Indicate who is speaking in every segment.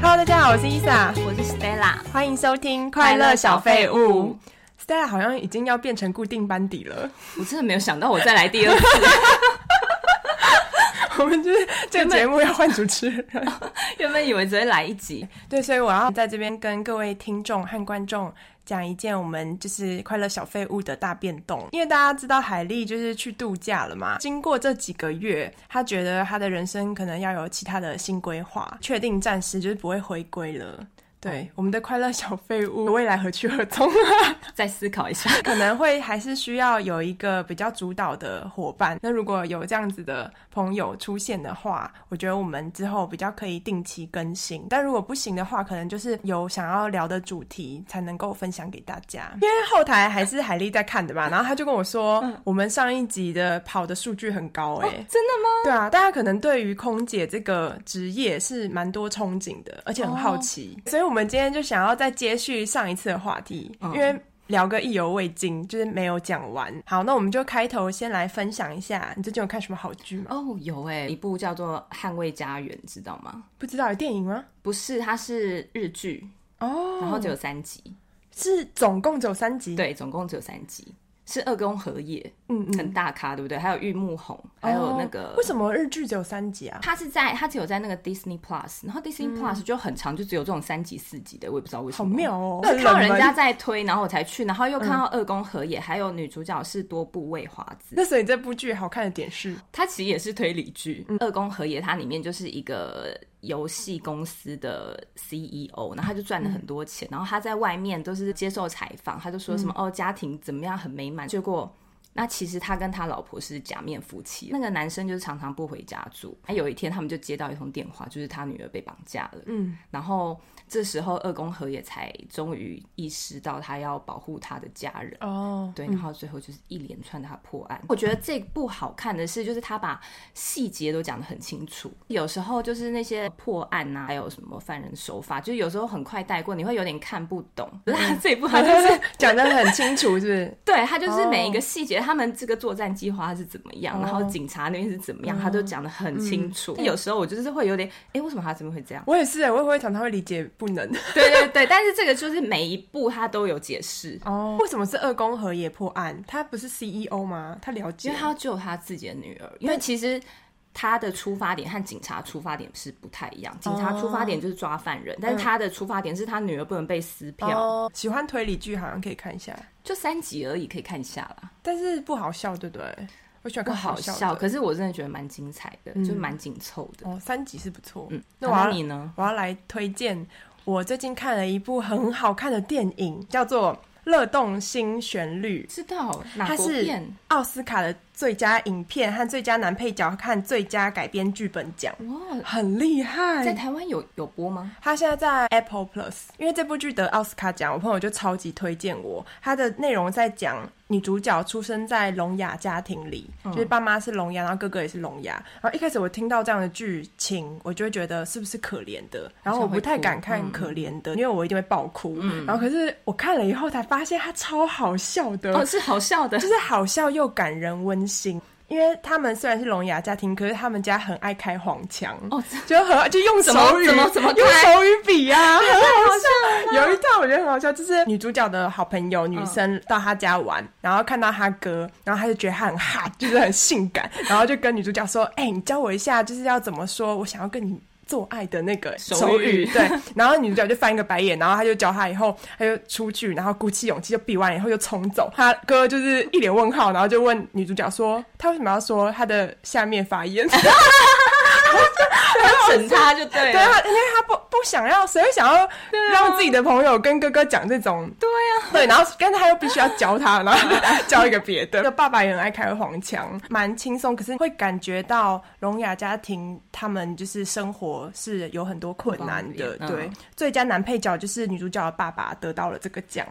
Speaker 1: Hello，大家啊好，我是伊莎，
Speaker 2: 我是 Stella，
Speaker 1: 欢迎收听《快乐小废物》。Stella 好像已经要变成固定班底了，
Speaker 2: 我真的没有想到我再来第二次，
Speaker 1: 我们就是这个节目要换主持人。
Speaker 2: 原本以为只会来一集，
Speaker 1: 对，所以我要在这边跟各位听众和观众讲一件我们就是快乐小废物的大变动。因为大家知道海莉就是去度假了嘛，经过这几个月，她觉得她的人生可能要有其他的新规划，确定暂时就是不会回归了。对，我们的快乐小废物未来何去何从？
Speaker 2: 再思 考一下。
Speaker 1: 可能会还是需要有一个比较主导的伙伴。那如果有这样子的朋友出现的话，我觉得我们之后比较可以定期更新。但如果不行的话，可能就是有想要聊的主题才能够分享给大家。因为后台还是海丽在看的嘛，然后她就跟我说，我们上一集的跑的数据很高哎、
Speaker 2: 真的吗？
Speaker 1: 对啊，大家可能对于空姐这个职业是蛮多憧憬的，而且很
Speaker 2: 哦
Speaker 1: 好奇，所以我们今天就想要再接续上一次的话题，
Speaker 2: 嗯
Speaker 1: 因为。聊个意犹未尽，就是没有讲完。好，那我们就开头先来分享一下，你最近有看什么好剧吗？
Speaker 2: 哦，有哎，一部叫做《捍卫家园》，知道吗？
Speaker 1: 不知道有电影吗？
Speaker 2: 不是，它是日剧，
Speaker 1: 哦，
Speaker 2: 然后只有三集，
Speaker 1: 是总共只有三集。，
Speaker 2: 对，总共只有三集，是二宫和也，
Speaker 1: 嗯嗯，
Speaker 2: 很大咖，对不对？还有玉木宏，还有那个
Speaker 1: 哦为什么日剧只有三集啊？
Speaker 2: 他是在他只有在那个 Disney Plus，然后 Disney Plus 就很长，就只有这种三级四级的，我也不知道为什
Speaker 1: 嗯
Speaker 2: 么。
Speaker 1: 好妙哦
Speaker 2: 我看到
Speaker 1: 很冷
Speaker 2: 人
Speaker 1: 门嗯
Speaker 2: 家在推，然后我才去，然后又看到二宫和也，还有女主角是多部未华子，
Speaker 1: 那所以这部剧好看的点是，
Speaker 2: 它其实也是推理剧。二宫和也它里面就是一个游戏公司的 CEO，然后他就赚了很多钱，然后他在外面都是接受采访，他就说什么、哦家庭怎么样很美满，结果。那其实他跟他老婆是假面夫妻，那个男生就是常常不回家住。那有一天他们就接到一通电话，就是他女儿被绑架了。
Speaker 1: 嗯，
Speaker 2: 然后这时候二宫和也才终于意识到他要保护他的家人。
Speaker 1: 哦，
Speaker 2: 对，然后最后就是一连串的他破案。嗯我觉得这部好看的是，就是他把细节都讲得很清楚。有时候就是那些破案呐、还有什么犯人手法，就是有时候很快带过，你会有点看不懂。可是他这一部 他就是
Speaker 1: 讲的很清楚，是不是？
Speaker 2: 对他就是每一个细节，他们这个作战计划是怎么样，然后警察那边是怎么样，他都讲得很清楚。有时候我就是会有点，哎，为什么他怎么会这样？
Speaker 1: 我也是，欸我也会常常会理解不能。
Speaker 2: 对对对，但是这个就是每一步他都有解释，
Speaker 1: 哦， 为什么是二宫和也破案？他不是 CEO 吗？他了解啊
Speaker 2: 因为他要救他自己的女儿，因为其实。他的出发点和警察出发点是不太一
Speaker 1: 哦
Speaker 2: 样，警察出发点就是抓犯人，但是他的出发点是他女儿不能被撕票，
Speaker 1: 嗯哦，喜欢推理剧好像可以看一下，
Speaker 2: 就三集而已，可以看一下啦，
Speaker 1: 但是不好笑，对不对？我喜欢
Speaker 2: 不
Speaker 1: 看
Speaker 2: 好
Speaker 1: 笑的。
Speaker 2: 笑。可是我真的觉得蛮精彩的，就蛮紧凑的。
Speaker 1: 哦，三集是不错。嗯，那
Speaker 2: 那
Speaker 1: 我要
Speaker 2: 你呢？
Speaker 1: 我要来推荐我最近看了一部很好看的电影，叫做《乐动新旋律》。
Speaker 2: 知道哪
Speaker 1: 它
Speaker 2: 国
Speaker 1: 是
Speaker 2: 片？
Speaker 1: 奥斯卡的最佳影片和最佳男配角和最佳改编剧本奖，
Speaker 2: 哇，
Speaker 1: 很厉
Speaker 2: 在
Speaker 1: 害。
Speaker 2: 台湾有有播吗？
Speaker 1: 它现在在 Apple Plus，因为这部剧得奥斯卡奖，我朋友就超级推荐我。它的内容在讲女主角出生在聋哑家庭里，就是爸妈是聋哑，然后哥哥也是聋哑。然后一开始我听到这样的剧情，我就会觉得是不是可怜的，然后我不太敢看可怜的，因为我一定会爆哭。然后可是我看了以后才发现它超好笑的，
Speaker 2: 哦，是好笑的
Speaker 1: 呃 就，是好笑又感人温馨。因为他们虽然是聋哑家庭，可是他们家很爱开黄腔，
Speaker 2: 哦
Speaker 1: 就很就用手语，
Speaker 2: 怎么怎么怎么
Speaker 1: 用
Speaker 2: 开
Speaker 1: 手语比啊，很好
Speaker 2: 啊
Speaker 1: 笑。有一段我觉得很好笑，就是女主角的好朋友女
Speaker 2: 嗯
Speaker 1: 生到她家玩，然后看到她哥，然后她就觉得她很哈，就是很性感，然后就跟女主角说：“哎、你教我一下，就是要怎么说，我想要跟你。”做爱的那个
Speaker 2: 手
Speaker 1: 手
Speaker 2: 语
Speaker 1: 语，对， 然后女主角就翻一个白眼，然后她就教他以后，她就出去，然后鼓起勇气就比完以后就冲走。他哥就是一脸问号，然后就问女主角说：“他为什么要说他的下面发炎？”
Speaker 2: 整他就 对啊
Speaker 1: 对啊
Speaker 2: 了。
Speaker 1: 他，因为他不不想要，谁会想要让自己的朋友跟哥哥讲这种？
Speaker 2: 对啊，
Speaker 1: 对，然后但是他又必须要教 他，然后教一个别的。这个爸爸也很爱开黄腔，蛮轻松，可是会感觉到聋哑家庭他们就是生活是有很多困难的。
Speaker 2: 不方便
Speaker 1: 对
Speaker 2: 嗯，
Speaker 1: 最佳男配角就是女主角的爸爸得到了这个奖。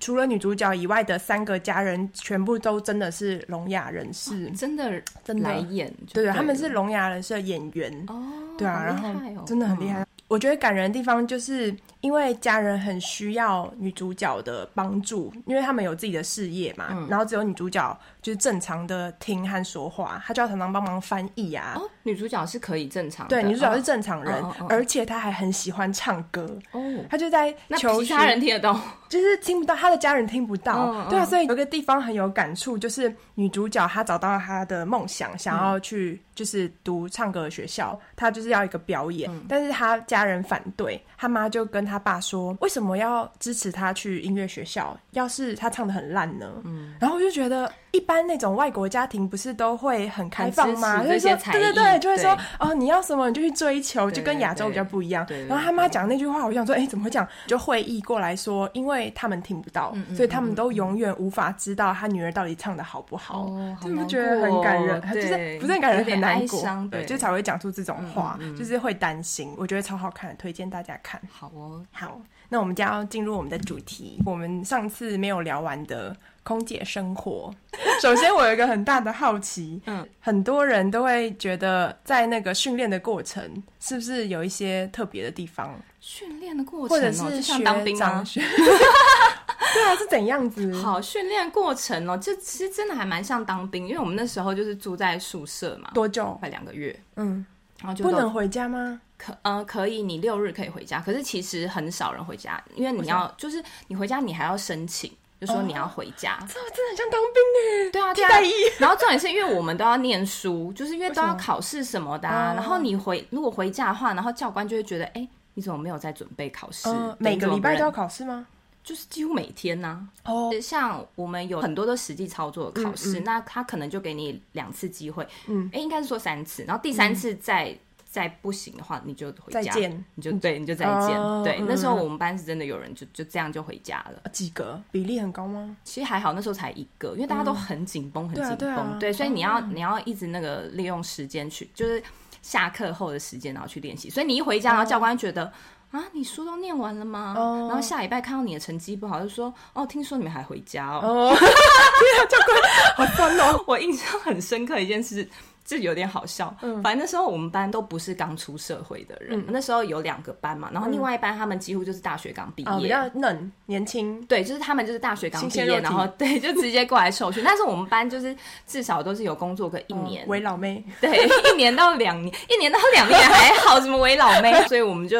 Speaker 1: 除了女主角以外的三个家人，全部都真的是聋哑人士。
Speaker 2: 真的
Speaker 1: 真的
Speaker 2: 来演就
Speaker 1: 对
Speaker 2: 对
Speaker 1: 对，
Speaker 2: 了，
Speaker 1: 他们是聋哑人士的演员。
Speaker 2: 哦，
Speaker 1: 对啊，
Speaker 2: 好
Speaker 1: 然
Speaker 2: 厉
Speaker 1: 后
Speaker 2: 害哦
Speaker 1: 真的很厉害。我觉得感人的地方就是因为家人很需要女主角的帮助，因为他们有自己的事业嘛，
Speaker 2: 嗯
Speaker 1: 然后只有女主角就是正常的听和说话，她就要常常帮忙翻译啊。
Speaker 2: 哦，女主角是可以正常
Speaker 1: 对，
Speaker 2: 的，
Speaker 1: 女主角是
Speaker 2: 哦
Speaker 1: 正常人，
Speaker 2: 哦哦哦
Speaker 1: 而且她还很喜欢唱歌，
Speaker 2: 哦，
Speaker 1: 她就在
Speaker 2: 那
Speaker 1: 求
Speaker 2: 其他
Speaker 1: 寻
Speaker 2: 人听得懂，
Speaker 1: 就是听不到，他的家人听不到，
Speaker 2: 嗯嗯
Speaker 1: 对啊，所以有一个地方很有感触，就是女主角她找到了她的梦想，想要
Speaker 2: 嗯
Speaker 1: 去就是读唱歌的学校，她就是要一个表演，
Speaker 2: 嗯
Speaker 1: 但是她家人反对，她妈就跟她爸说，为什么要支持她去音乐学校？要是她唱的很烂呢？
Speaker 2: 嗯
Speaker 1: 然后我就觉得，一般那种外国家庭不是都会很开放吗？
Speaker 2: 很
Speaker 1: 就是
Speaker 2: 支持
Speaker 1: 说
Speaker 2: 这些，才艺
Speaker 1: 对对对，就会说
Speaker 2: 对
Speaker 1: 哦，你要什么你就去追求，
Speaker 2: 对
Speaker 1: 就跟亚洲比较不一样
Speaker 2: 对对。对
Speaker 1: 然后他妈讲那句话，我就想说，哎，怎么会嗯讲？就会议过来说，因为他们听不到，所以他们都永远无法知道他女儿到底唱的好不好
Speaker 2: 哦。好
Speaker 1: 这不
Speaker 2: 难
Speaker 1: 觉得很感人？
Speaker 2: 过哦
Speaker 1: 就是
Speaker 2: 对
Speaker 1: 不是很感人，
Speaker 2: 有点
Speaker 1: 很难
Speaker 2: 哀
Speaker 1: 过
Speaker 2: 伤，对
Speaker 1: 就才会讲出这种话，就是会担心。我觉得超好看，推荐大家看。
Speaker 2: 好哦，
Speaker 1: 好，那我们就要进入我们的主题，我们上次没有聊完的空姐生 活。首先，我有一个很大的好奇，
Speaker 2: 嗯，
Speaker 1: 很多人都会觉得在那个训练的过程，是不是有一些特别的地方，
Speaker 2: 训练的过程
Speaker 1: 或
Speaker 2: 哦，
Speaker 1: 者
Speaker 2: 就是像
Speaker 1: 学
Speaker 2: 当兵吗
Speaker 1: 长？学？对啊，是怎样子？
Speaker 2: 好，训练过程哦，这其实真的还蛮像当兵，因为我们那时候就是住在宿舍嘛，
Speaker 1: 多久？
Speaker 2: 快两个月，
Speaker 1: 嗯，
Speaker 2: 然后就
Speaker 1: 不
Speaker 2: 都
Speaker 1: 能回家吗？
Speaker 2: 可呃可以，你六日可以回家，可是其实很少人回家，因为你要就是你回家你还要申请，就说你要回家，
Speaker 1: 这真的很像当兵
Speaker 2: 对啊
Speaker 1: 哎，
Speaker 2: 对
Speaker 1: 替
Speaker 2: 啊。
Speaker 1: 代役。
Speaker 2: 然后重点是因为我们都要念书，就是因为都
Speaker 1: 为
Speaker 2: 要
Speaker 1: 什么
Speaker 2: 考试什么的、啊，
Speaker 1: 哦
Speaker 2: 然后你回如果回家的话，然后教官就会觉得哎。你怎么没有在准备考试？
Speaker 1: 嗯，
Speaker 2: 你
Speaker 1: 每个
Speaker 2: 怎么
Speaker 1: 礼拜
Speaker 2: 不
Speaker 1: 都要
Speaker 2: 认
Speaker 1: 考试吗？
Speaker 2: 就是几乎每天呐、
Speaker 1: 哦，
Speaker 2: 像我们有很多都实际操作的考
Speaker 1: 嗯
Speaker 2: 试，
Speaker 1: 嗯
Speaker 2: 那他可能就给你两次机会，
Speaker 1: 嗯，
Speaker 2: 哎、应该是说三次，然后第三次再、再不行的话，你就回
Speaker 1: 再
Speaker 2: 家，
Speaker 1: 见。
Speaker 2: 你就对，你就再见。
Speaker 1: 哦
Speaker 2: 对，
Speaker 1: 嗯
Speaker 2: 那时候
Speaker 1: 嗯
Speaker 2: 我们班是真的有人就就这样就回家了。
Speaker 1: 几个比例很高吗？
Speaker 2: 其实还好，那时候才一个，因为大家都很紧绷，很
Speaker 1: 对啊
Speaker 2: 紧
Speaker 1: 对啊
Speaker 2: 绷，对，所以你要你要一直那个利用时间去，就是下课后的时间，然后去练习。所以你一回家，然后教官觉得。啊，你书都念完了吗？
Speaker 1: 哦
Speaker 2: 然后下礼拜看到你的成绩不好，就说哦，听说你们还回家哦。
Speaker 1: 哦， 对啊，教官好酸哦。
Speaker 2: 我印象很深刻一件事，这有点好笑。
Speaker 1: 嗯
Speaker 2: 反正那时候我们班都不是刚出社会的人，那时候有两个班嘛，然后另外一班他们几乎就是大学刚毕
Speaker 1: 嗯啊，比
Speaker 2: 业。
Speaker 1: 较嫩、年轻，
Speaker 2: 对，就是他们就是大学刚
Speaker 1: 新
Speaker 2: 毕
Speaker 1: 鲜肉
Speaker 2: 业，
Speaker 1: 体
Speaker 2: 然后对，就直接过来受训。但是我们班就是至少都是有工作个一年，
Speaker 1: 嗯为老妹，
Speaker 2: 对，一年到两年，一年到两年还好，什么为老妹，所以我们就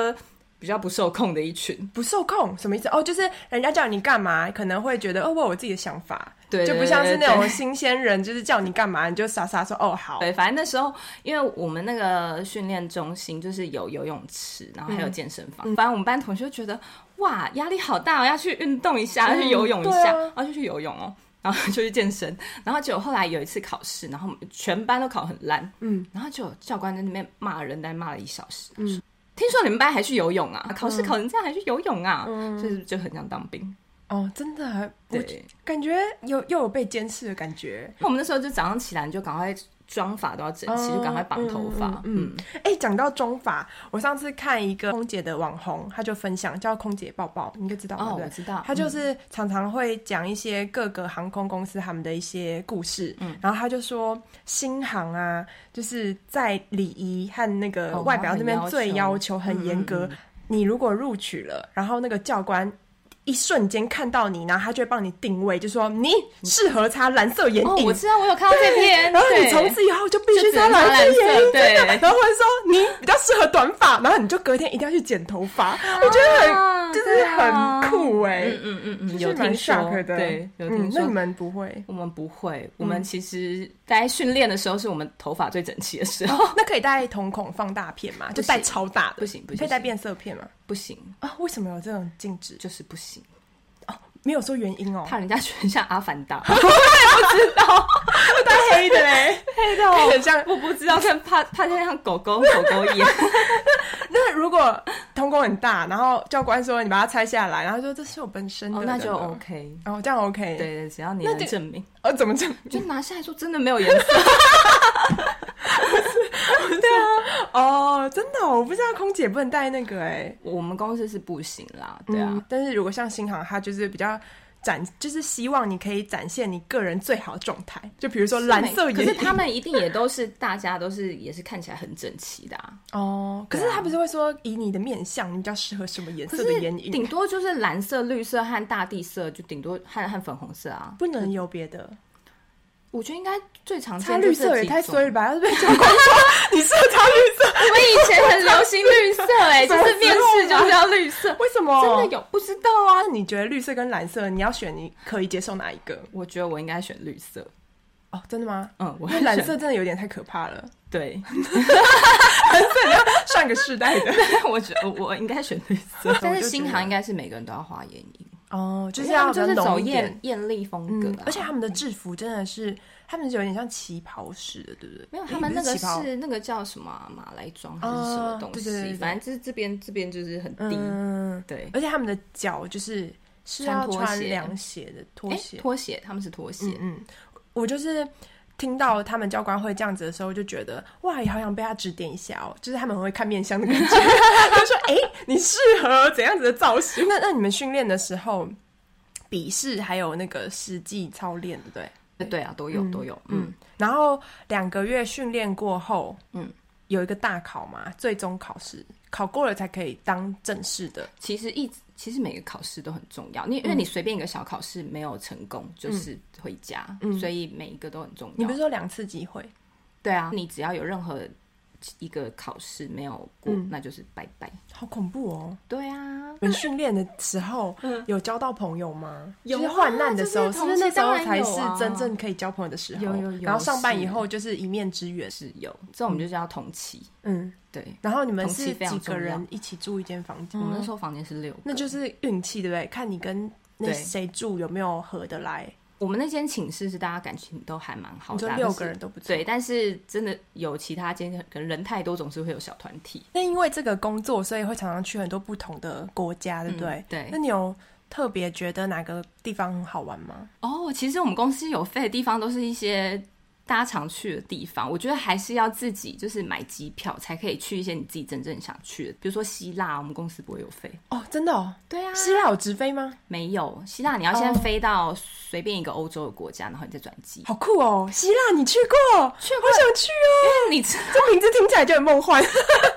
Speaker 2: 比较不受控的一群。
Speaker 1: 不受控什么意思？哦，就是人家叫你干嘛，可能会觉得哦，我有我自己的想法，
Speaker 2: 对
Speaker 1: 就不
Speaker 2: 对
Speaker 1: 像
Speaker 2: 对
Speaker 1: 是那
Speaker 2: 对
Speaker 1: 种新鲜人，就是叫你干嘛你就傻傻说哦好，
Speaker 2: 对，反正那时候，因为我们那个训练中心就是有游泳池，然后还有
Speaker 1: 嗯
Speaker 2: 健身房。反正我们班同学就觉得，哇，压力好大、哦，要去运动一下，要去游泳一
Speaker 1: 对
Speaker 2: 下，
Speaker 1: 啊
Speaker 2: 然后就去游泳哦，然后就去健身。然后结果后来有一次考试，然后我们全班都考很烂，
Speaker 1: 嗯，
Speaker 2: 然后就有教官在那边骂人，在骂了一小时。嗯， 听说你们班还去游泳啊？考
Speaker 1: 嗯
Speaker 2: 试考成这样还去游泳啊？嗯，就是就很想当兵。
Speaker 1: 哦，真的还我
Speaker 2: 对，
Speaker 1: 感觉有又有被监视的感觉。
Speaker 2: 我们那时候就早上起来你就赶快妆发都要整齐，
Speaker 1: 哦
Speaker 2: 就赶快绑头发。
Speaker 1: 嗯
Speaker 2: 嗯
Speaker 1: 哎，讲到妆法，我上次看一个空姐的网红，她就分享叫空姐抱抱，你应该知道吧？
Speaker 2: 哦，
Speaker 1: 对
Speaker 2: 我
Speaker 1: 不对
Speaker 2: 知道，
Speaker 1: 他就是常常会讲一些各个航空公司他们的一些故事，
Speaker 2: 嗯
Speaker 1: 然后他就说新航啊，就是在礼仪和那个
Speaker 2: 哦
Speaker 1: 外表那边
Speaker 2: 他很要求嗯
Speaker 1: 最要求很严格。你如果录取了，然后那个教官。一瞬间看到你，然后他就会帮你定位，就说你适合擦蓝色眼
Speaker 2: 嗯哦，
Speaker 1: 影。
Speaker 2: 我知道，我有看到这篇。
Speaker 1: 然后你
Speaker 2: 对
Speaker 1: 从此以后就必
Speaker 2: 就
Speaker 1: 须
Speaker 2: 只能
Speaker 1: 蓝
Speaker 2: 蓝
Speaker 1: 眼
Speaker 2: 色
Speaker 1: 影，
Speaker 2: 对
Speaker 1: 真的然后或者说你比较适合短发，然后你就隔天一定要去剪头发。我觉得很
Speaker 2: 啊
Speaker 1: 就是很酷哎、
Speaker 2: 对啊嗯嗯嗯嗯，
Speaker 1: 就是
Speaker 2: 有听
Speaker 1: 蛮
Speaker 2: 说
Speaker 1: shock 的，
Speaker 2: 对，有
Speaker 1: 嗯
Speaker 2: 听
Speaker 1: 那你
Speaker 2: 说。
Speaker 1: 们不会？
Speaker 2: 我们不会，我们其实在训练的时候是我们头发最整齐的时候，
Speaker 1: 那可以戴瞳孔放大片吗？就戴超大的，
Speaker 2: 不行不行
Speaker 1: 可以戴变色片吗？
Speaker 2: 不行，
Speaker 1: 啊，为什么有这种禁止？
Speaker 2: 就是不行，
Speaker 1: 没有说原因哦，
Speaker 2: 怕人家 觉得像阿凡达，
Speaker 1: 戴黑的 嘞，
Speaker 2: 黑的哦
Speaker 1: 很像。
Speaker 2: 我不知道，但怕怕像狗狗狗狗一样，
Speaker 1: 那如果瞳孔很大，然后教官说你把它拆下来，然后说这是我本身的，
Speaker 2: 哦，那就
Speaker 1: 等等
Speaker 2: OK。
Speaker 1: 哦，这样 OK。
Speaker 2: 对，对，只要你
Speaker 1: 那
Speaker 2: 能
Speaker 1: 就
Speaker 2: 证明，
Speaker 1: 呃，怎么这样？
Speaker 2: 就拿下来说真的没有颜色，
Speaker 1: 哦，真的哦、我不知道空姐不能戴那个哎、
Speaker 2: 我们公司是不行啦，对啊，
Speaker 1: 嗯但是如果像新航，它就是比较展，就是希望你可以展现你个人最好的状态。就比如说蓝色眼
Speaker 2: 可
Speaker 1: 影，
Speaker 2: 是他们一定也都是大家都是也是看起来很整齐的、啊，
Speaker 1: 哦，可是他不是会说以你的面相，你比较适合什么颜
Speaker 2: 可
Speaker 1: 色的
Speaker 2: 是
Speaker 1: 眼影，
Speaker 2: 顶多就是蓝色、绿色和大地色，就顶多和和粉红色啊。
Speaker 1: 不能有别的。
Speaker 2: 我觉得应该最常
Speaker 1: 擦
Speaker 2: 见就
Speaker 1: 绿
Speaker 2: 这几种
Speaker 1: 色也太衰了吧！要是被教官说 你是不是擦绿色，
Speaker 2: 我以前很流行绿色、 哎，
Speaker 1: 啊
Speaker 2: 就是面试就是要绿色，
Speaker 1: 为什么？
Speaker 2: 真的？有不知道啊？
Speaker 1: 那你觉得绿色跟蓝色，你要选你可以接受哪一个？
Speaker 2: 我觉得我应该选绿色，
Speaker 1: 哦，真的吗？
Speaker 2: 嗯，我
Speaker 1: 因为
Speaker 2: 会
Speaker 1: 蓝
Speaker 2: 选
Speaker 1: 色真的有点太可怕了，
Speaker 2: 对，
Speaker 1: 上个世代的，
Speaker 2: 我觉得我我应该选绿色 但
Speaker 1: 我就是
Speaker 2: 新
Speaker 1: 觉
Speaker 2: 航
Speaker 1: 得
Speaker 2: 应该是每个人都要画眼影，
Speaker 1: 哦，就
Speaker 2: 因
Speaker 1: 是
Speaker 2: 为他
Speaker 1: 要
Speaker 2: 们
Speaker 1: 比
Speaker 2: 就
Speaker 1: 较
Speaker 2: 是走
Speaker 1: 浓一点
Speaker 2: 艳。艳丽风格
Speaker 1: 嗯
Speaker 2: 啊，，
Speaker 1: 而且他们的制服真的是，他们有点像旗袍式的，对不对？
Speaker 2: 没有，
Speaker 1: 诶
Speaker 2: 他们那个
Speaker 1: 不旗袍
Speaker 2: 是那个叫什么啊、马来装还是什么
Speaker 1: 哦
Speaker 2: 东
Speaker 1: 对
Speaker 2: 西？
Speaker 1: 对对对
Speaker 2: 反正就是这边这边就是很低，
Speaker 1: 嗯，
Speaker 2: 对。
Speaker 1: 而且他们的脚就是是
Speaker 2: 穿
Speaker 1: 要
Speaker 2: 拖
Speaker 1: 穿
Speaker 2: 鞋
Speaker 1: 凉鞋的呃拖
Speaker 2: 哎，
Speaker 1: 鞋，
Speaker 2: 拖鞋，他们是拖鞋，
Speaker 1: 嗯，嗯，我就是听到他们教官会这样子的时候，就觉得哇，也好想被他指点一下哦。就是他们很会看面相的感觉， 就说哎、诶你适合怎样子的造 型？那那你们训练的时候，笔试还有那个实际操练，对不对？
Speaker 2: 对对啊，都有、都有，嗯，
Speaker 1: 然后两个月训练过后，
Speaker 2: 嗯，
Speaker 1: 有一个大考嘛，最终考试，考过了才可以当正式的。
Speaker 2: 其实一直其实每个考试都很重要，你因
Speaker 1: 嗯
Speaker 2: 为你随便一个小考试没有成功，就是回家，所以每一个都很重
Speaker 1: 嗯你
Speaker 2: 要
Speaker 1: 不是。说两次机会？
Speaker 2: 对啊，你只要有任何一个考试没有过，
Speaker 1: 嗯
Speaker 2: 那就是拜拜。
Speaker 1: 好恐怖 哦！
Speaker 2: 对啊，
Speaker 1: 你们训练的时候有交到朋友吗？
Speaker 2: 嗯有啊
Speaker 1: 就是患难的时候，
Speaker 2: 就是是
Speaker 1: 不是那时候
Speaker 2: 同期当然
Speaker 1: 才
Speaker 2: 有
Speaker 1: 是
Speaker 2: 啊
Speaker 1: 真正可以交朋友的时候？
Speaker 2: 有有有
Speaker 1: 然后上班以后就是一面之缘。
Speaker 2: 是有这种就叫同期，
Speaker 1: 嗯，
Speaker 2: 对。
Speaker 1: 然后你们
Speaker 2: 同期
Speaker 1: 是
Speaker 2: 非常
Speaker 1: 几个
Speaker 2: 重要嗯
Speaker 1: 人一起住一间房间？
Speaker 2: 我们那时候房间是六个，
Speaker 1: 哦那就是运气，对不对？看你跟那
Speaker 2: 对
Speaker 1: 谁住有没有合得来。
Speaker 2: 我们那间寝室是大家感情都还蛮好
Speaker 1: 你
Speaker 2: 的
Speaker 1: 说
Speaker 2: 啊，
Speaker 1: 六
Speaker 2: 就是
Speaker 1: 个人都不错。
Speaker 2: 对，但是真的有其他间可能人太多，总是会有小团体。
Speaker 1: 那因为这个工作，所以会常常去很多不同的国家，对不对
Speaker 2: 嗯？对
Speaker 1: 那你有特别觉得哪个地方很好玩吗？
Speaker 2: 哦，其实我们公司有费的地方都是一些大家常去的地方，我觉得还是要自己就是买机票才可以去一些你自己真正想去的，比如说希腊，我们公司不会有费。
Speaker 1: 哦，真的哦，
Speaker 2: 对啊
Speaker 1: 希腊有直飞吗？
Speaker 2: 没有希腊，你要先
Speaker 1: 哦
Speaker 2: 飞到随便一个欧洲的国家，然后你再转机。
Speaker 1: 好酷哦！希腊你去过？去过，好想去哦！
Speaker 2: 你 知
Speaker 1: 这名字听起来就很梦 幻，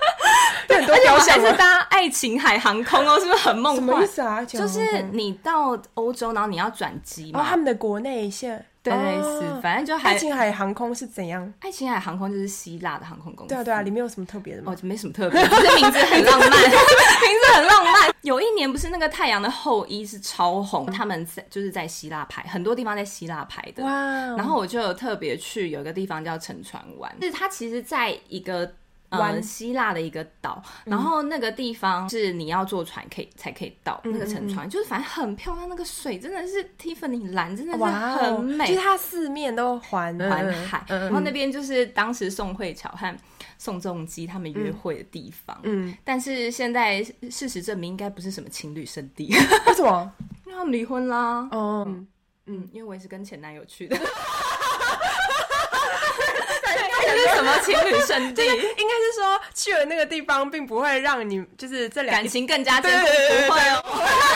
Speaker 1: 有很多
Speaker 2: 而且我
Speaker 1: 雕
Speaker 2: 们
Speaker 1: 像
Speaker 2: 还是
Speaker 1: 啊。
Speaker 2: 搭爱琴海航空哦，是不是很
Speaker 1: 什
Speaker 2: 梦
Speaker 1: 么意
Speaker 2: 幻？
Speaker 1: 思啊？就
Speaker 2: 就是你到欧洲，然后你要转机
Speaker 1: 哦，
Speaker 2: 嘛，
Speaker 1: 他们的国内线，
Speaker 2: 对，类
Speaker 1: 哦
Speaker 2: 似，反正就还
Speaker 1: 爱琴海航空是怎样？
Speaker 2: 爱琴海航空就是希腊的航空公司，
Speaker 1: 对啊，对啊，里面有什么特别的
Speaker 2: 哦，
Speaker 1: 吗？
Speaker 2: 就没什么特别，就是名字 很浪漫，名字很浪漫。有一年不是那个《太阳的后裔》是超红，他们在就是在希腊拍，很多地方在希腊拍的。
Speaker 1: 哇哦，
Speaker 2: 然后我就有特别去有一个地方叫沉船湾，嗯就是它其实在一个。呃，
Speaker 1: 湾
Speaker 2: 希腊的一个岛，然后那个地方是你要坐船可以才可以到那个沉船，就是反正很漂亮，那个水真的是 Tiffany 蓝，真的是
Speaker 1: 哇哦，
Speaker 2: 很美，
Speaker 1: 就是它四面都环
Speaker 2: 环海，
Speaker 1: 嗯
Speaker 2: 然后那边就是当时宋慧乔和宋仲基他们约会的地方。
Speaker 1: 嗯，
Speaker 2: 但是现在事实证明，应该不是什么情侣圣地，
Speaker 1: 为什么？
Speaker 2: 因为他们离婚啦。
Speaker 1: 哦，
Speaker 2: 嗯，因为我也是跟前男友去的。 这是什么情侣圣 地？
Speaker 1: 应该是说去了那个地方，并不会让你就是这两
Speaker 2: 感
Speaker 1: 个，
Speaker 2: 情更加
Speaker 1: 对
Speaker 2: 坚
Speaker 1: 对
Speaker 2: 固，
Speaker 1: 对对
Speaker 2: 不会哦。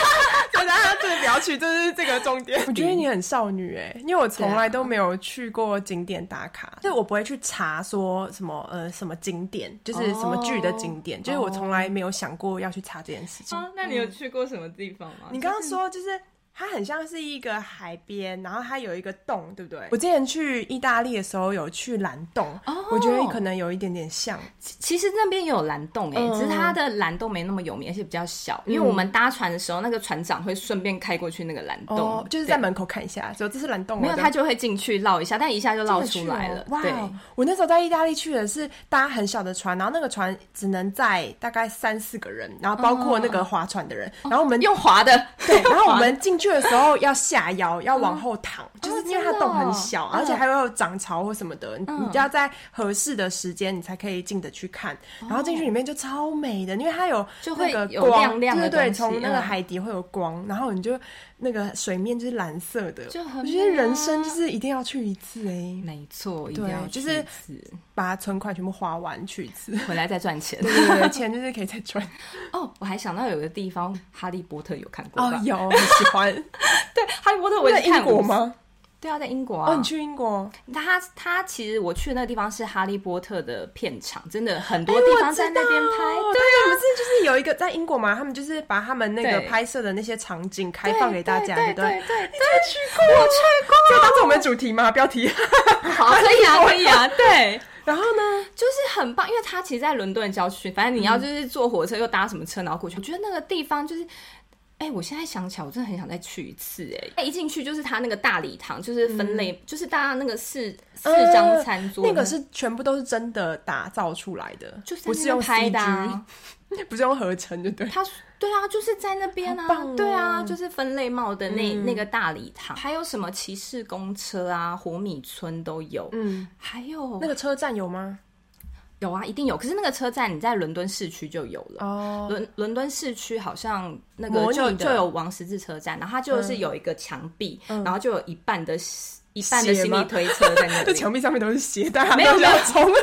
Speaker 1: 大家就是不要去，这是这个重点。 我觉得你很少女哎、因为我从来都没有去过景点打卡， 就是我不会去查说什么呃什么景点，就是什么剧的景点，
Speaker 2: 哦
Speaker 1: 就是我从来没有想过要去查这件事情。
Speaker 2: 啊那你有去过什么地方吗？
Speaker 1: 你刚刚说就是。它很像是一个海边，然后它有一个洞，对不对？我之前去意大利的时候有去蓝洞
Speaker 2: 哦
Speaker 1: 我觉得可能有一点点像。
Speaker 2: 其其实那边也有蓝洞哎、
Speaker 1: 嗯
Speaker 2: 只是它的蓝洞没那么有名，而且比较小。因为我们搭船的时候，那个船长会顺便开过去那个蓝洞，
Speaker 1: 哦，就是
Speaker 2: 对
Speaker 1: 在门口看一下，说这是蓝洞哦，
Speaker 2: 没有
Speaker 1: 这样
Speaker 2: 他就会进去绕一下，但一下就
Speaker 1: 真
Speaker 2: 绕
Speaker 1: 的
Speaker 2: 出
Speaker 1: 去
Speaker 2: 来
Speaker 1: 哦
Speaker 2: 了。
Speaker 1: 哇
Speaker 2: 对，
Speaker 1: 哦！我那时候在意大利去的是搭很小的船，然后那个船只能载大概三四个人，然后包括那
Speaker 2: 哦
Speaker 1: 个划船的人，然后我们。
Speaker 2: 用滑的，哦
Speaker 1: 对，然后我们进去的时候要下腰，要往后躺，就是就是因为它洞很小，而
Speaker 2: 嗯
Speaker 1: 且还会有涨潮或什么的，你你就要在合适的时间你才可以进得去看。然后进去里面就超美的，因为它有
Speaker 2: 哦就
Speaker 1: 那
Speaker 2: 会
Speaker 1: 个
Speaker 2: 有
Speaker 1: 光，
Speaker 2: 亮亮
Speaker 1: 对
Speaker 2: 的
Speaker 1: 对对，
Speaker 2: 东西
Speaker 1: 从那个
Speaker 2: 嗯
Speaker 1: 海底会有光，然后你就那个水面就是蓝色的，
Speaker 2: 就很
Speaker 1: 我觉得人
Speaker 2: 美啊
Speaker 1: 生就是一定要去一次哎、
Speaker 2: 没错，一
Speaker 1: 对
Speaker 2: 定要
Speaker 1: 就
Speaker 2: 去
Speaker 1: 是
Speaker 2: 一次
Speaker 1: 把存款全部花完去一 次。
Speaker 2: 回来再赚钱。
Speaker 1: 对对对，钱就是可以再赚。
Speaker 2: 哦，我还想到有个地方，《哈利波特》有看过
Speaker 1: 哦
Speaker 2: 吧？，
Speaker 1: 有很喜欢。
Speaker 2: 对，《哈利波特》 我
Speaker 1: 在
Speaker 2: 也是看
Speaker 1: 英国
Speaker 2: 五次？
Speaker 1: 吗？
Speaker 2: 对啊，在英国啊。
Speaker 1: 哦，你去英国？
Speaker 2: 它它其实我去的那个地方是《哈利波特》的片场，真的很
Speaker 1: 哎
Speaker 2: 多地方在那边拍。
Speaker 1: 对啊，不是就是有一个在英国嘛，他们就是把他们那个
Speaker 2: 对
Speaker 1: 拍摄的那些场景开
Speaker 2: 对
Speaker 1: 放给大家，
Speaker 2: 对
Speaker 1: 不
Speaker 2: 对
Speaker 1: 对？
Speaker 2: 对对，
Speaker 1: 去过，我去过，这当是我们的主题吗？标题。
Speaker 2: 对好，可以啊，可以啊，对，
Speaker 1: 然后呢？
Speaker 2: 就是很棒，因为它其实，在伦敦郊区，反正你要
Speaker 1: 嗯
Speaker 2: 就是坐火车又搭什么车，然后过去，我觉得那个地方就是。哎、我现在想起来，我真的很想再去一次、哎，哎，一进去就是它那个大礼堂，就是分类，就是大家那个四四张餐桌、
Speaker 1: 嗯呃那个是全部都是真的打造出来的，
Speaker 2: 就是
Speaker 1: 不
Speaker 2: 在那
Speaker 1: 是
Speaker 2: 边
Speaker 1: 用
Speaker 2: 拍的、啊
Speaker 1: CG，。不 是用合成，就对。
Speaker 2: 他对啊，就是在那边啊，
Speaker 1: 好棒哦嗯
Speaker 2: 对啊，就是分类帽的那、那个大礼堂，还有什么骑士公车啊、火米村都有，
Speaker 1: 嗯，
Speaker 2: 还有
Speaker 1: 那个车站有吗？
Speaker 2: 有啊，一定有。可是那个车站你在伦敦市区就有了。
Speaker 1: 哦，
Speaker 2: 伦伦敦市区好像那
Speaker 1: 模
Speaker 2: 个
Speaker 1: 拟
Speaker 2: 就
Speaker 1: 的嗯
Speaker 2: 就有王十字车站，然后它就是有一个墙壁，然后就有一半的一半的
Speaker 1: 血
Speaker 2: 行
Speaker 1: 嗯吗
Speaker 2: 李推车在那
Speaker 1: 这
Speaker 2: 里。
Speaker 1: 墙壁上面都是鞋带，
Speaker 2: 呃没有没有
Speaker 1: 从
Speaker 2: 没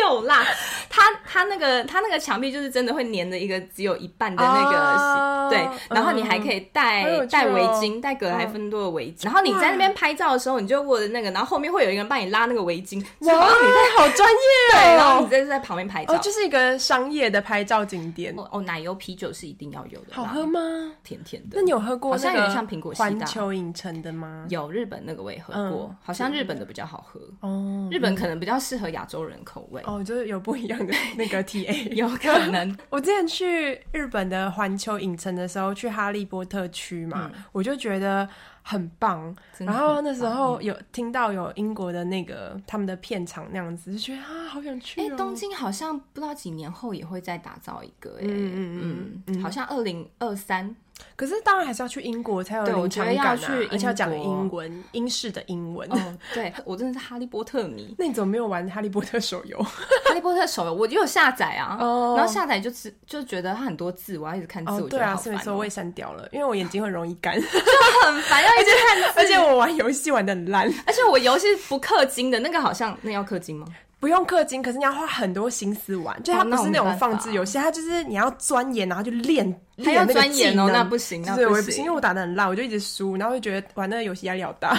Speaker 2: 有啦，它它那个它那个墙壁就是真的会粘着一个只有一半的那个、
Speaker 1: 啊
Speaker 2: 对，然后你还可以戴、
Speaker 1: 好有趣哦嗯
Speaker 2: 戴围巾，戴格莱芬多的围巾，然后你在那边拍照的时候，你就握着那个，然后后面会有一个人帮你拉那个围巾，
Speaker 1: 嗯哇，你在好专
Speaker 2: 对，
Speaker 1: 业
Speaker 2: 然后
Speaker 1: 哦
Speaker 2: 你！再在旁边拍照。
Speaker 1: 哦，就是一个商业的拍照景点，
Speaker 2: 哦哦，奶油啤酒是一定要有的啦，
Speaker 1: 好喝吗？
Speaker 2: 甜甜的。
Speaker 1: 那你有喝过
Speaker 2: 好像
Speaker 1: 那
Speaker 2: 有点
Speaker 1: 个
Speaker 2: 像苹果西
Speaker 1: 环
Speaker 2: 打
Speaker 1: 球影城的吗？
Speaker 2: 有日本那个我也喝过，
Speaker 1: 嗯
Speaker 2: 好像日本的比较好喝，
Speaker 1: 哦
Speaker 2: 日本可能比较适合亚洲人口味，
Speaker 1: 哦，就是有不一样 的那个 TA。
Speaker 2: 有可能。
Speaker 1: 我之前去日本的环球影城的时候，去哈利波特区嘛，我就觉得很棒。
Speaker 2: 嗯真的
Speaker 1: 然
Speaker 2: 很嗯
Speaker 1: 后那时候有听到有英国的那个他们的片场那样子，就觉得啊，好想去
Speaker 2: 哎、
Speaker 1: 哦。
Speaker 2: 东京好像不知道几年后也会再打造一个、哎，
Speaker 1: 嗯
Speaker 2: 嗯嗯，好像二零二三，
Speaker 1: 可是当然还是要去英国才有
Speaker 2: 对我
Speaker 1: 临
Speaker 2: 觉
Speaker 1: 场
Speaker 2: 得
Speaker 1: 感
Speaker 2: 要
Speaker 1: 啊，
Speaker 2: 去
Speaker 1: 而且要讲
Speaker 2: 英国
Speaker 1: 英文，英式的英 文。，
Speaker 2: 哦，对我真的是哈利波特迷
Speaker 1: 那你怎么没有玩《哈利波特》手 游？
Speaker 2: 哈利波特手游我就有下载啊，
Speaker 1: 哦
Speaker 2: 然后下载就只就觉得它很多字，我要一直看字，我觉
Speaker 1: 对
Speaker 2: 得
Speaker 1: 啊，
Speaker 2: 好
Speaker 1: 是
Speaker 2: 烦、哦
Speaker 1: 没错， 我也删掉了，因为我眼睛很容易干，
Speaker 2: 很烦，要啊一直看字，
Speaker 1: 而且我玩游戏玩的很 烂，
Speaker 2: 而且我游戏不氪金的那个好像那要氪金吗？
Speaker 1: 不用氪金，可是你要花很多心思玩，就它
Speaker 2: 哦
Speaker 1: 啊
Speaker 2: 那
Speaker 1: 不
Speaker 2: 我
Speaker 1: 是
Speaker 2: 没
Speaker 1: 那种
Speaker 2: 办法
Speaker 1: 放置游戏，它就是你要钻研，然后就练，
Speaker 2: 还要
Speaker 1: 练那个
Speaker 2: 钻研哦
Speaker 1: 技能
Speaker 2: 那不行那
Speaker 1: 对，
Speaker 2: 不
Speaker 1: 我也不
Speaker 2: 行
Speaker 1: 行，因为我打的很烂，我就一直输，然后就觉得玩那个游戏压力好大。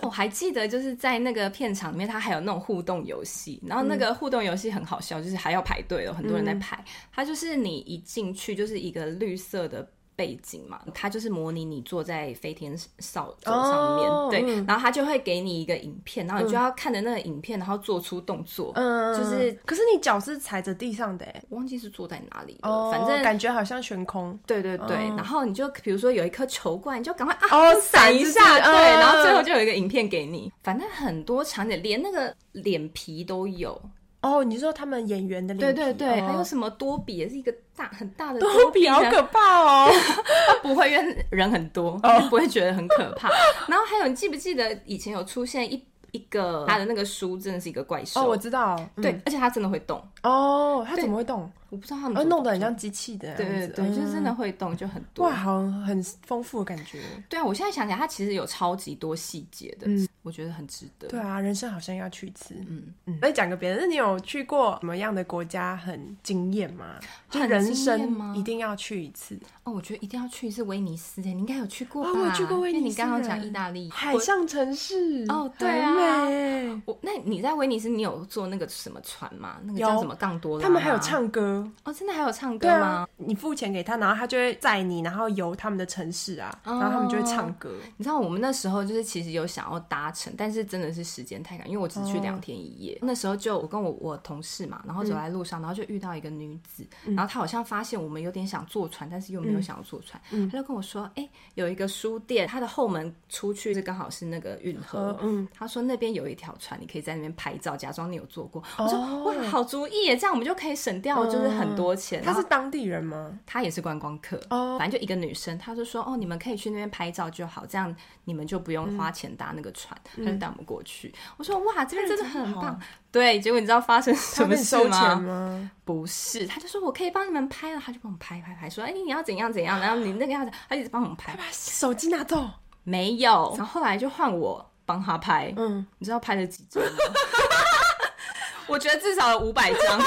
Speaker 2: 我还记得就是在那个片场里面，它还有那种互动游戏，
Speaker 1: 嗯
Speaker 2: 然后那个互动游戏很好笑，就是还要排队哦了，很多人在排。它就是你一进去就是一个绿色的。背景嘛，它就是模拟你坐在飞天扫帚上面
Speaker 1: 哦
Speaker 2: 对，
Speaker 1: 嗯
Speaker 2: 然后它就会给你一个影片，然后你就要看着那个影片，然后做出动作。
Speaker 1: 嗯，
Speaker 2: 就是
Speaker 1: 可是你脚是踩着地上的、欸，
Speaker 2: 我忘记是坐在哪里了，
Speaker 1: 哦，
Speaker 2: 反正
Speaker 1: 感觉好像悬空。
Speaker 2: 对对对，
Speaker 1: 哦
Speaker 2: 然后你就比如说有一颗球罐，你就赶快啊
Speaker 1: 哦
Speaker 2: 闪一下，
Speaker 1: 闪就是
Speaker 2: 对，
Speaker 1: 嗯
Speaker 2: 然后最后就有一个影片给你。反正很多场景，连那个脸皮都有。
Speaker 1: 哦，你说他们演员的
Speaker 2: 对
Speaker 1: 脸皮，
Speaker 2: 对对，
Speaker 1: 哦
Speaker 2: 还有什么多比也是一个大很大的
Speaker 1: 多比好可怕哦。
Speaker 2: 怕，哦不会因为人很多，就不会觉得很可 怕。然后还有，你记不记得以前有出现一一个 他的那个书真的是一个怪兽？
Speaker 1: 哦，我知道，嗯
Speaker 2: 对，而且它真的会动，
Speaker 1: 哦，它怎么会动？
Speaker 2: 我不知道他们
Speaker 1: 呃，
Speaker 2: 怎么
Speaker 1: 弄得很像机器的样子，
Speaker 2: 哦对对对，
Speaker 1: 嗯
Speaker 2: 就是真的会动，就很多
Speaker 1: 哇，好很丰富的感觉。
Speaker 2: 对啊，我现在想起来，它其实有超级多细节的，我觉得很值得。
Speaker 1: 对啊，人生好像要去一次。嗯嗯，再讲个别的，那你有去过什么样的国家很惊艳吗？就
Speaker 2: 很
Speaker 1: 人
Speaker 2: 惊艳吗
Speaker 1: 生一定要去一次。
Speaker 2: 哦，我觉得一定要去一次威尼斯诶，你应该有去过吧？
Speaker 1: 哦我去过威尼斯
Speaker 2: 因为你刚刚讲意大利
Speaker 1: 海。上城市
Speaker 2: 哦对啊
Speaker 1: 很美
Speaker 2: 我我那你在威尼斯，你有坐那个什么船吗？那个叫
Speaker 1: 有
Speaker 2: 什么杠多拉吗？
Speaker 1: 他们还有唱歌，
Speaker 2: 哦，真的还有唱歌
Speaker 1: 对
Speaker 2: 吗
Speaker 1: 啊？，你付钱给他，然后他就会载你，然后游他们的城市啊，然后他们就会唱歌。
Speaker 2: 你知道我们那时候就是其实有想要搭乘，但是真的是时间太赶，因为我只去
Speaker 1: 哦
Speaker 2: 两天一夜。那时候就我跟我我同事嘛，然后走
Speaker 1: 嗯
Speaker 2: 在路上，然后就遇到一个女子，然后她好像发现我们有点想坐船，但是又没
Speaker 1: 嗯
Speaker 2: 有想要坐船，她就跟我说：“哎、有一个书店，它的后门出去是刚好是那个运河
Speaker 1: 呃，嗯，
Speaker 2: 他说那边有
Speaker 1: 哦
Speaker 2: 一条船，你可以在那边拍照，假装你有坐过。我说哇，好主意耶！这样我们就可以省掉就是就是很多钱。
Speaker 1: 嗯他
Speaker 2: 然
Speaker 1: 是
Speaker 2: 后
Speaker 1: 当地人吗？
Speaker 2: 她也是观光客，
Speaker 1: 哦
Speaker 2: 反正就一个女生，她就说哦，你们可以去那边拍照就好，这样你们就不用
Speaker 1: 嗯
Speaker 2: 花钱搭那个船，她就带我们过去。我说哇，这边真的很
Speaker 1: 哎真的
Speaker 2: 棒。对，结果你知道发生什
Speaker 1: 他
Speaker 2: 么
Speaker 1: 们
Speaker 2: 事
Speaker 1: 收钱
Speaker 2: 吗？
Speaker 1: 吗？
Speaker 2: 不是，她就说我可以帮你们拍了，她就帮我们拍拍拍，说哎、你要怎样怎样，然后你那个要怎样，她一直帮我们拍，
Speaker 1: 把手机拿走。
Speaker 2: 没有，然后后来就换我帮她拍，
Speaker 1: 嗯，
Speaker 2: 你知道拍了几张吗？ 我觉得至少有五百张。哦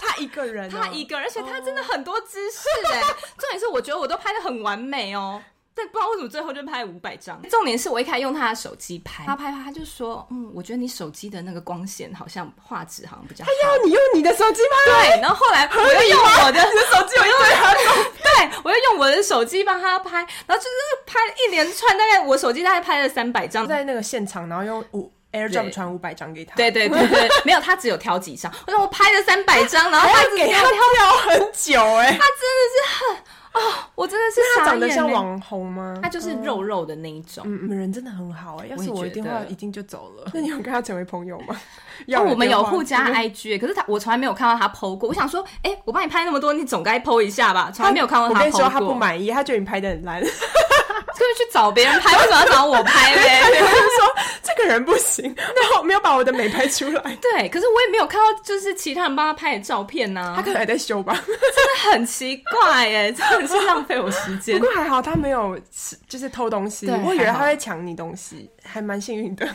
Speaker 1: 他一个人、
Speaker 2: 他一，个，哦而且他真的很多姿势哎、重点是我觉得我都拍的很完美哦。但不知道为什么最后就拍五百张。重点是我一开始用他的手机拍，他拍拍他就说：“嗯，我觉得你手机的那个光线好像画质好像比较好。”
Speaker 1: 要哦你用你的手机吗？
Speaker 2: 对，然后后来我又用我的，
Speaker 1: 你的手机有一堆合照。
Speaker 2: 对我又用我的手机帮他拍，然后就是拍了一连串，大概我手机大概拍了三百张。
Speaker 1: 在那个现场，然后用五 AirDrop
Speaker 2: 对
Speaker 1: 传五百张给他。
Speaker 2: 对对对对，没有，他只有挑几张。我说我拍了三百张，然后他
Speaker 1: 他
Speaker 2: 只
Speaker 1: 给哎他
Speaker 2: 挑
Speaker 1: 跳很久哎、
Speaker 2: 他真的是很哦，我真的是
Speaker 1: 他长
Speaker 2: 傻
Speaker 1: 得
Speaker 2: 眼
Speaker 1: 像
Speaker 2: 欸
Speaker 1: 网红吗？
Speaker 2: 他就是肉肉的那一种。
Speaker 1: 嗯，嗯人真的很好哎、要是
Speaker 2: 我
Speaker 1: 我
Speaker 2: 也
Speaker 1: 一
Speaker 2: 觉
Speaker 1: 定
Speaker 2: 得
Speaker 1: 会一定就走 了。那你有跟他成为朋友吗？
Speaker 2: 那
Speaker 1: 要
Speaker 2: 我们有互
Speaker 1: 加
Speaker 2: 加 IG，可是他我从来没有看到他 PO 过。我想说，哎、我帮你拍那么多，你总该 PO 一下吧？从来没有看到
Speaker 1: 我跟你
Speaker 2: PO
Speaker 1: 说，
Speaker 2: 过。
Speaker 1: 他不，满意，他觉得你拍的很烂，
Speaker 2: 所以去找别人拍，为什么要找我拍
Speaker 1: 他就
Speaker 2: 嘞？
Speaker 1: 说这个人不行，然后没有把我的美拍出 来，
Speaker 2: 对，可是我也没有看到，就是其他人帮他拍的照片啊呐、
Speaker 1: 他可能还在修吧。
Speaker 2: 这很奇怪耶，真的是浪费我时
Speaker 1: 不
Speaker 2: 间。
Speaker 1: 过还好他没有吃就是偷东西，
Speaker 2: 对
Speaker 1: 我以为
Speaker 2: 还好
Speaker 1: 他会抢你东西，还蛮幸运的。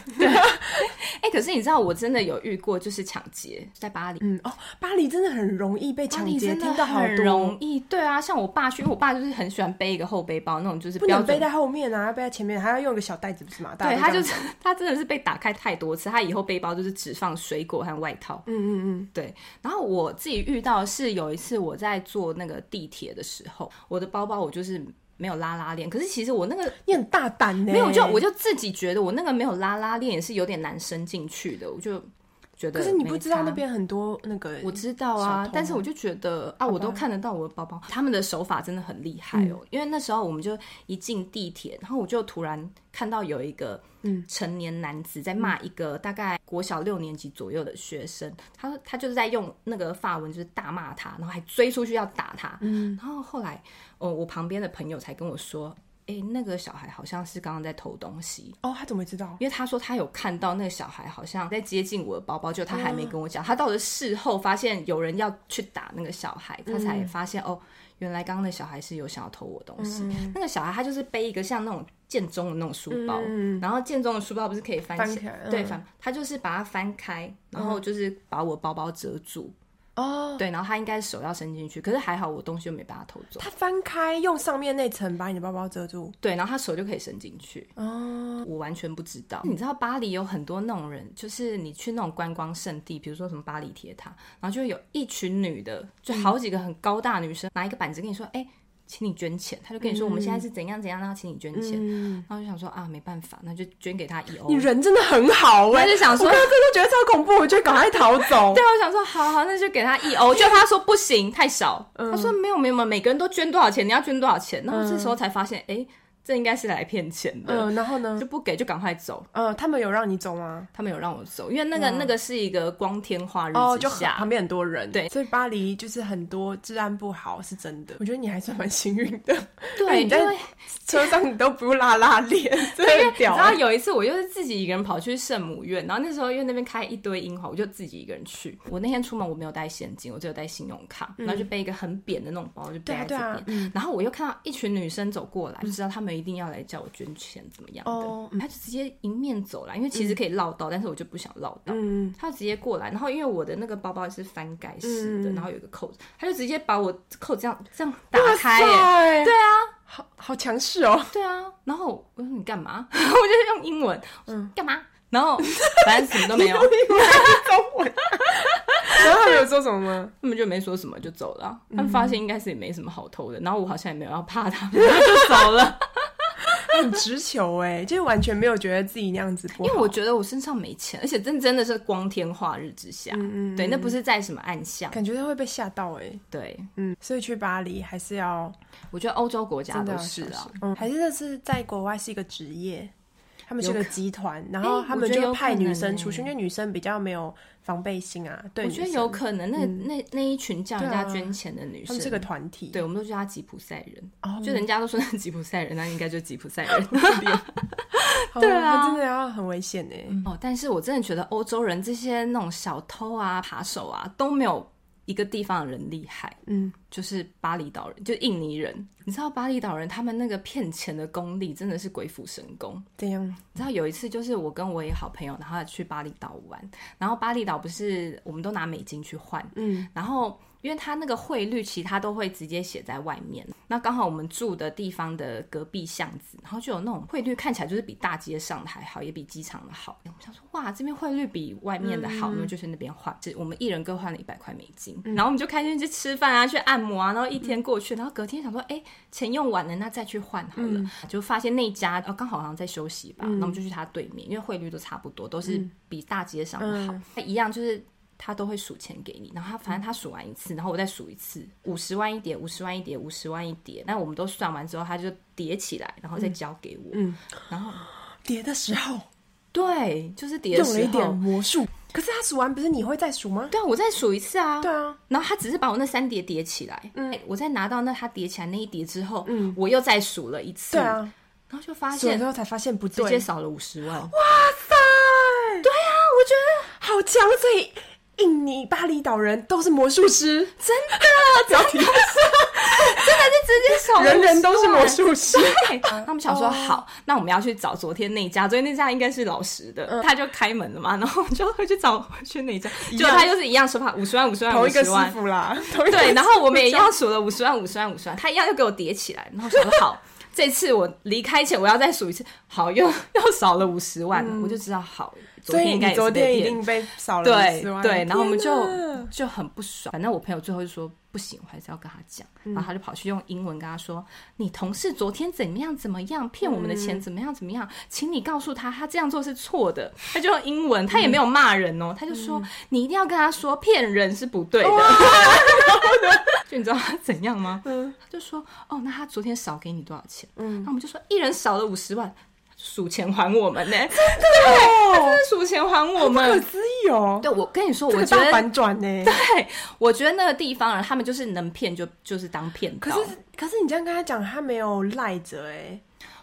Speaker 2: 哎、可是你知道，我真的有遇过，就是抢劫在巴黎。
Speaker 1: 嗯哦，巴黎真的很容易被
Speaker 2: 巴
Speaker 1: 抢
Speaker 2: 黎
Speaker 1: 劫，
Speaker 2: 啊真的
Speaker 1: 听到好
Speaker 2: 很容
Speaker 1: 多。哦
Speaker 2: 易，对啊，像我爸去，因为我爸就是很喜欢背一个后背包，那种就是
Speaker 1: 不
Speaker 2: 标
Speaker 1: 能
Speaker 2: 准
Speaker 1: 背在后面啊，要背在前面，还要用一个小袋子，不是吗？大家都这
Speaker 2: 对他就
Speaker 1: 样
Speaker 2: 是 他真的是被打开太多次，他以后背包就是只放水果和外套。
Speaker 1: 嗯嗯
Speaker 2: 对，然后我自己遇到的是有一次我在坐那个地铁的时候，我的包包我就是没有拉拉链，可是其实我那个
Speaker 1: 嗯，你很大胆呢、
Speaker 2: 没有，我就我就自己觉得我那个没有拉拉链也是有点难伸进去的，我就觉得。
Speaker 1: 可是你不知道那。边很多那个，
Speaker 2: 我知道
Speaker 1: 小
Speaker 2: 啊
Speaker 1: 偷，
Speaker 2: 但是我就觉得啊，我都看得到我的包包，他们的手法真的很厉害哦。因为那时候我们就一进地铁，然后我就突然看到有一个成年男子在骂一个大概国小六年级左右的学生，他说他就是在用那个法文就是大骂他，然后还追出去要打他。然后后来，哦，我旁边的朋友才跟我说，诶，那个小孩好像是刚刚在偷东西。
Speaker 1: 哦，他怎么会知道？
Speaker 2: 因为他说他有看到那个小孩好像在接近我的包包，就他还
Speaker 1: 嗯
Speaker 2: 没跟我讲，他到了事后发现有人要去打那个小孩，他才
Speaker 1: 嗯
Speaker 2: 发现、哦，原来刚刚那小孩是有想要偷我东西。
Speaker 1: 嗯
Speaker 2: 那个小孩他就是背一个像那种建中的那种书包，然后建中的书包不是可以翻
Speaker 1: 嗯翻
Speaker 2: 起
Speaker 1: 开嗯
Speaker 2: 对，翻，他就是把它翻开，然后就是把我包包遮住，
Speaker 1: 哦，
Speaker 2: 对，然后他应该手要伸进去，可是还好我东西又没把他偷走，
Speaker 1: 他翻开用上面那层把你的包包遮住。
Speaker 2: 对，然后他手就可以伸进去。
Speaker 1: 哦，
Speaker 2: 我完全不知道。你知道巴黎有很多那种人，就是你去那种观光圣地，比如说什么巴黎铁塔，然后就有一群女的，就好几个很高大的女生，拿一个板子跟你说：“哎、请你捐钱。”他就跟你说：“我们
Speaker 1: 嗯
Speaker 2: 现在是怎样怎样，然后请你捐钱。然后就想说：“啊，没办法，那就捐给他一欧。”
Speaker 1: 你人真的很好哎、
Speaker 2: 他就想说
Speaker 1: 我刚刚都觉得超恐怖，我就赶快逃走。
Speaker 2: 对，我想说，好好，那就给他一欧。就他说不行，太少。
Speaker 1: 嗯
Speaker 2: 他说没有没有，没有每个人都捐多少钱，你要捐多少钱。然后这时候才发现，哎、这应该是来骗钱的，
Speaker 1: 嗯，然后呢
Speaker 2: 就？不给就赶快走。
Speaker 1: 嗯，他们有让你走吗？
Speaker 2: 他们有让我走，因为那个、那个是一个光天化日
Speaker 1: 嗯哦，
Speaker 2: 之
Speaker 1: 就很
Speaker 2: 下，
Speaker 1: 旁边很多人，
Speaker 2: 对
Speaker 1: 所以巴黎就是很多治安不好是真的。我觉得你还算蛮幸运的，
Speaker 2: 对，
Speaker 1: 你
Speaker 2: 因
Speaker 1: 在
Speaker 2: 为
Speaker 1: 车上你都不用拉拉 链，真的很
Speaker 2: 你
Speaker 1: 屌
Speaker 2: 知。道有一次我就是自己一个人跑去圣母院，然后那时候因为那边开一堆樱花，我就自己一个人去。我那天出门我没有带现金，我只有带信用卡，
Speaker 1: 嗯
Speaker 2: 然后就背一个很扁的那种包，就背
Speaker 1: 对啊
Speaker 2: 在这边。
Speaker 1: 对啊
Speaker 2: 然后我又看到一群女生走过来，就知道她们一定要来叫我捐钱怎么样的，
Speaker 1: 嗯哦
Speaker 2: 她就直接迎面走来，因为其实可以绕道，但是我就不想绕道。
Speaker 1: 嗯，
Speaker 2: 他就直接过来，然后因为我的那个包包是翻盖式的，
Speaker 1: 嗯
Speaker 2: 然后有一个扣子，他就直接把我扣子这样这样打
Speaker 1: 哇
Speaker 2: 开耶，
Speaker 1: 塞，
Speaker 2: 对啊，
Speaker 1: 好好强势哦。
Speaker 2: 对啊，然后我说你干嘛？ 我就用英文，嗯，干嘛？然后反正什么都 没有，
Speaker 1: 中 文。然后他们有说什么吗？
Speaker 2: 他们就没说什么就走了啊。
Speaker 1: 嗯
Speaker 2: 他们发现应该是也没什么好偷的，然后我好像也没有要怕他 们，然后就走了。
Speaker 1: 很直球哎、就是完全没有觉得自己那样子不好。
Speaker 2: 因为我觉得我身上没钱，而且真真的是光天化日之下，
Speaker 1: 嗯
Speaker 2: 对，那不是在什么暗巷，
Speaker 1: 感觉会被吓到哎、
Speaker 2: 对，
Speaker 1: 嗯，所以去巴黎还是要
Speaker 2: 我觉得欧洲国家
Speaker 1: 真的
Speaker 2: 都
Speaker 1: 要
Speaker 2: 是
Speaker 1: 小
Speaker 2: 啊
Speaker 1: 心，嗯，还是这是在国外是一个职业，他们是个集团，然后他
Speaker 2: 我
Speaker 1: 们
Speaker 2: 觉得
Speaker 1: 就
Speaker 2: 有
Speaker 1: 派
Speaker 2: 可能
Speaker 1: 女生出
Speaker 2: 欸
Speaker 1: 去，因为女生比较没有防备心啊。对
Speaker 2: 我
Speaker 1: 女
Speaker 2: 觉
Speaker 1: 生，嗯
Speaker 2: 得有可能，那那那一群叫人
Speaker 1: 对啊
Speaker 2: 家捐钱的女
Speaker 1: 他
Speaker 2: 生
Speaker 1: 们，是个团体。
Speaker 2: 对，我们都叫她吉普赛人，
Speaker 1: 哦，
Speaker 2: 就人家都说那吉普赛人，那应该就是吉普赛人。
Speaker 1: 好
Speaker 2: 对啊
Speaker 1: 哦他真的要很危险哎。
Speaker 2: 哦，但是我真的觉得欧洲人这些那种小偷啊、扒手啊都没有一个地方的人厉害，
Speaker 1: 嗯，
Speaker 2: 就是巴厘岛人，就印尼人。你知道巴厘岛人他们那个骗钱的功力真的是鬼斧神工。
Speaker 1: 这样？
Speaker 2: 你知道有一次就是我跟我一个好朋友，然后去巴厘岛玩，然后巴厘岛不是我们都拿美金去换，
Speaker 1: 嗯，
Speaker 2: 然后因为它那个汇率其实它都会直接写在外面，那刚好我们住的地方的隔壁巷子，然后就有那种汇率看起来就是比大街上的还好，也比机场的好。我们想说哇，这边汇率比外面的好，我们就去那边换，就是我们一人各换了一百块美金，然后我们就开心去吃饭啊，去按摩啊，然后一天过去，然后隔天想说，哎，钱用完了，那再去换好了，
Speaker 1: 嗯
Speaker 2: 就发现那家呃刚好好像在休息吧，那、我们就去他对面，因为汇率都差不多，都是
Speaker 1: 嗯
Speaker 2: 比大街上的好，那一样就是他都会数钱给你，然后他反正他数完一次，然后我再数一次，五十万一叠，五十万一叠，五十万一叠，那我们都算完之后，他就叠起来，然后再交给我，
Speaker 1: 嗯
Speaker 2: 然后
Speaker 1: 叠的时候
Speaker 2: 对，就是叠的
Speaker 1: 用了
Speaker 2: 时
Speaker 1: 一点
Speaker 2: 候，
Speaker 1: 魔术，可是他数完不是你会再数吗？
Speaker 2: 对啊，我再数一次啊，
Speaker 1: 对啊，
Speaker 2: 然后他只是把我那三叠叠起来，嗯，我再拿到那他叠起来那一叠之后，嗯，我又再数了一次，
Speaker 1: 对，啊，
Speaker 2: 然后就发
Speaker 1: 数了
Speaker 2: 现
Speaker 1: 之后才发现不
Speaker 2: 直
Speaker 1: 对
Speaker 2: 接，少了五十万，
Speaker 1: 塞！对啊，我觉得好强，所以印尼巴厘岛人都是魔术师，
Speaker 2: 真 的，
Speaker 1: 标题
Speaker 2: 真的是哦直接少了50万，
Speaker 1: 人人都是魔术师。
Speaker 2: 对，那我们想说好，那我们要去找昨天那家，昨天那家应该是老实的，他就开门了嘛， 然后我就会去找回去那家，
Speaker 1: 一
Speaker 2: 结果
Speaker 1: 样
Speaker 2: 他又是一样手法，五十万、五十万、
Speaker 1: 同
Speaker 2: 五
Speaker 1: 一个
Speaker 2: 十
Speaker 1: 师
Speaker 2: 万，
Speaker 1: 傅啦，同一个
Speaker 2: 对，然后我们也一
Speaker 1: 师傅
Speaker 2: 样数 了五十万、五十万、五十万，他一样又给我叠起来，然后想说好，这次我离开前我要再数一次，好，又 又少了五十万了，我就知道好，
Speaker 1: 所以
Speaker 2: 应该
Speaker 1: 你
Speaker 2: 也是
Speaker 1: 昨天
Speaker 2: 被
Speaker 1: 一
Speaker 2: 骗
Speaker 1: 定被少了
Speaker 2: 对
Speaker 1: 50万
Speaker 2: 对，然后我们就
Speaker 1: 天哪
Speaker 2: 就很不爽。反正我朋友最后就说不行，我还是要跟他讲。
Speaker 1: 嗯
Speaker 2: 然后他就跑去用英文跟他说：“你同事昨天怎么样怎么样骗我们的
Speaker 1: 嗯
Speaker 2: 钱怎么样怎么样，请你告诉他他这样做是错 的。”他就用英文，他也没有骂人
Speaker 1: 嗯
Speaker 2: 哦，他就说：“你一定要跟他说骗人是不对的。” 就你知道他怎样吗？
Speaker 1: 嗯
Speaker 2: 他就说：“哦，那他昨天少给你多少钱？”嗯，那我们就说一人少了五十万。数钱还我们呢、
Speaker 1: 哦，
Speaker 2: 真的数钱还我
Speaker 1: 不可
Speaker 2: 们。
Speaker 1: 思议哦，
Speaker 2: 对，我跟你说，
Speaker 1: 这
Speaker 2: 我
Speaker 1: 个
Speaker 2: 觉
Speaker 1: 大
Speaker 2: 得
Speaker 1: 反转呢。
Speaker 2: 对，我觉得那个地方人，啊他们就是能骗就就是当骗
Speaker 1: 可
Speaker 2: 到。
Speaker 1: 是可是你这样跟他讲，他没有赖着哎，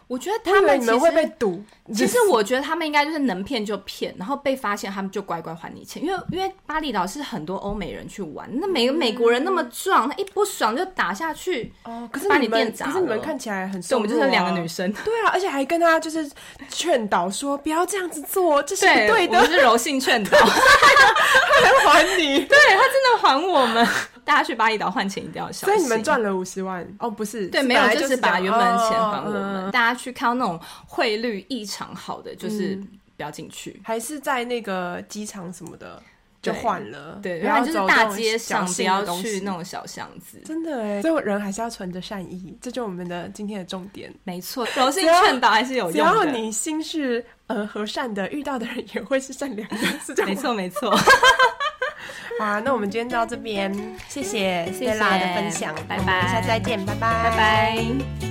Speaker 2: 我觉得
Speaker 1: 我
Speaker 2: 他
Speaker 1: 以为
Speaker 2: 们
Speaker 1: 你
Speaker 2: 其
Speaker 1: 们会被
Speaker 2: 实，
Speaker 1: 堵，
Speaker 2: 其实我觉得他们应该就是能骗就骗，然后被发现他们就乖乖还你钱，因为因为巴厘岛是很多欧美人去玩，那
Speaker 1: 嗯
Speaker 2: 每个美国人那么壮，他一不爽就打下去。
Speaker 1: 哦，可是
Speaker 2: 把
Speaker 1: 你
Speaker 2: 你
Speaker 1: 们
Speaker 2: 电砸
Speaker 1: 可是你们
Speaker 2: 了
Speaker 1: 看起来很
Speaker 2: 所以
Speaker 1: 瘦弱啊，
Speaker 2: 我们就是两个女生。
Speaker 1: 对啊，而且还跟他就是劝导说不要这样子做，这是不对
Speaker 2: 我
Speaker 1: 的，
Speaker 2: 们是柔 性劝导，
Speaker 1: 还还你。
Speaker 2: 对他真的还我们。大家去巴厘岛换钱一定要小心。
Speaker 1: 所以你们赚了五十万哦，不是？
Speaker 2: 对，
Speaker 1: 是
Speaker 2: 没有
Speaker 1: 本来，
Speaker 2: 就是是把
Speaker 1: 这
Speaker 2: 原
Speaker 1: 样
Speaker 2: 本的钱还我
Speaker 1: 哦哦
Speaker 2: 们。
Speaker 1: 哦哦
Speaker 2: 大家去看到那种汇率异常好的，就是
Speaker 1: 嗯
Speaker 2: 不要进去。
Speaker 1: 还是在那个机场什么的就
Speaker 2: 对
Speaker 1: 换了，
Speaker 2: 对，
Speaker 1: 不
Speaker 2: 然后
Speaker 1: 要
Speaker 2: 就是
Speaker 1: 走
Speaker 2: 大
Speaker 1: 这种
Speaker 2: 街上
Speaker 1: 侥
Speaker 2: 不
Speaker 1: 幸的
Speaker 2: 要
Speaker 1: 东
Speaker 2: 去
Speaker 1: 西
Speaker 2: 那。种小巷子。
Speaker 1: 真的哎，所以人还是要存着善意，这就是我们的今天的重点。
Speaker 2: 没错，柔性
Speaker 1: 只要
Speaker 2: 劝导还是有
Speaker 1: 只
Speaker 2: 用
Speaker 1: 要
Speaker 2: 的。
Speaker 1: 你心是呃和善的，遇到的人也会是善良的，是这样
Speaker 2: 没
Speaker 1: 吗。
Speaker 2: 错，没错。
Speaker 1: 好啊，那我们今天到这边，谢谢
Speaker 2: 谢
Speaker 1: Stella 的分享，
Speaker 2: 拜
Speaker 1: 我们下次
Speaker 2: 拜
Speaker 1: 再见，拜拜，
Speaker 2: 拜。拜。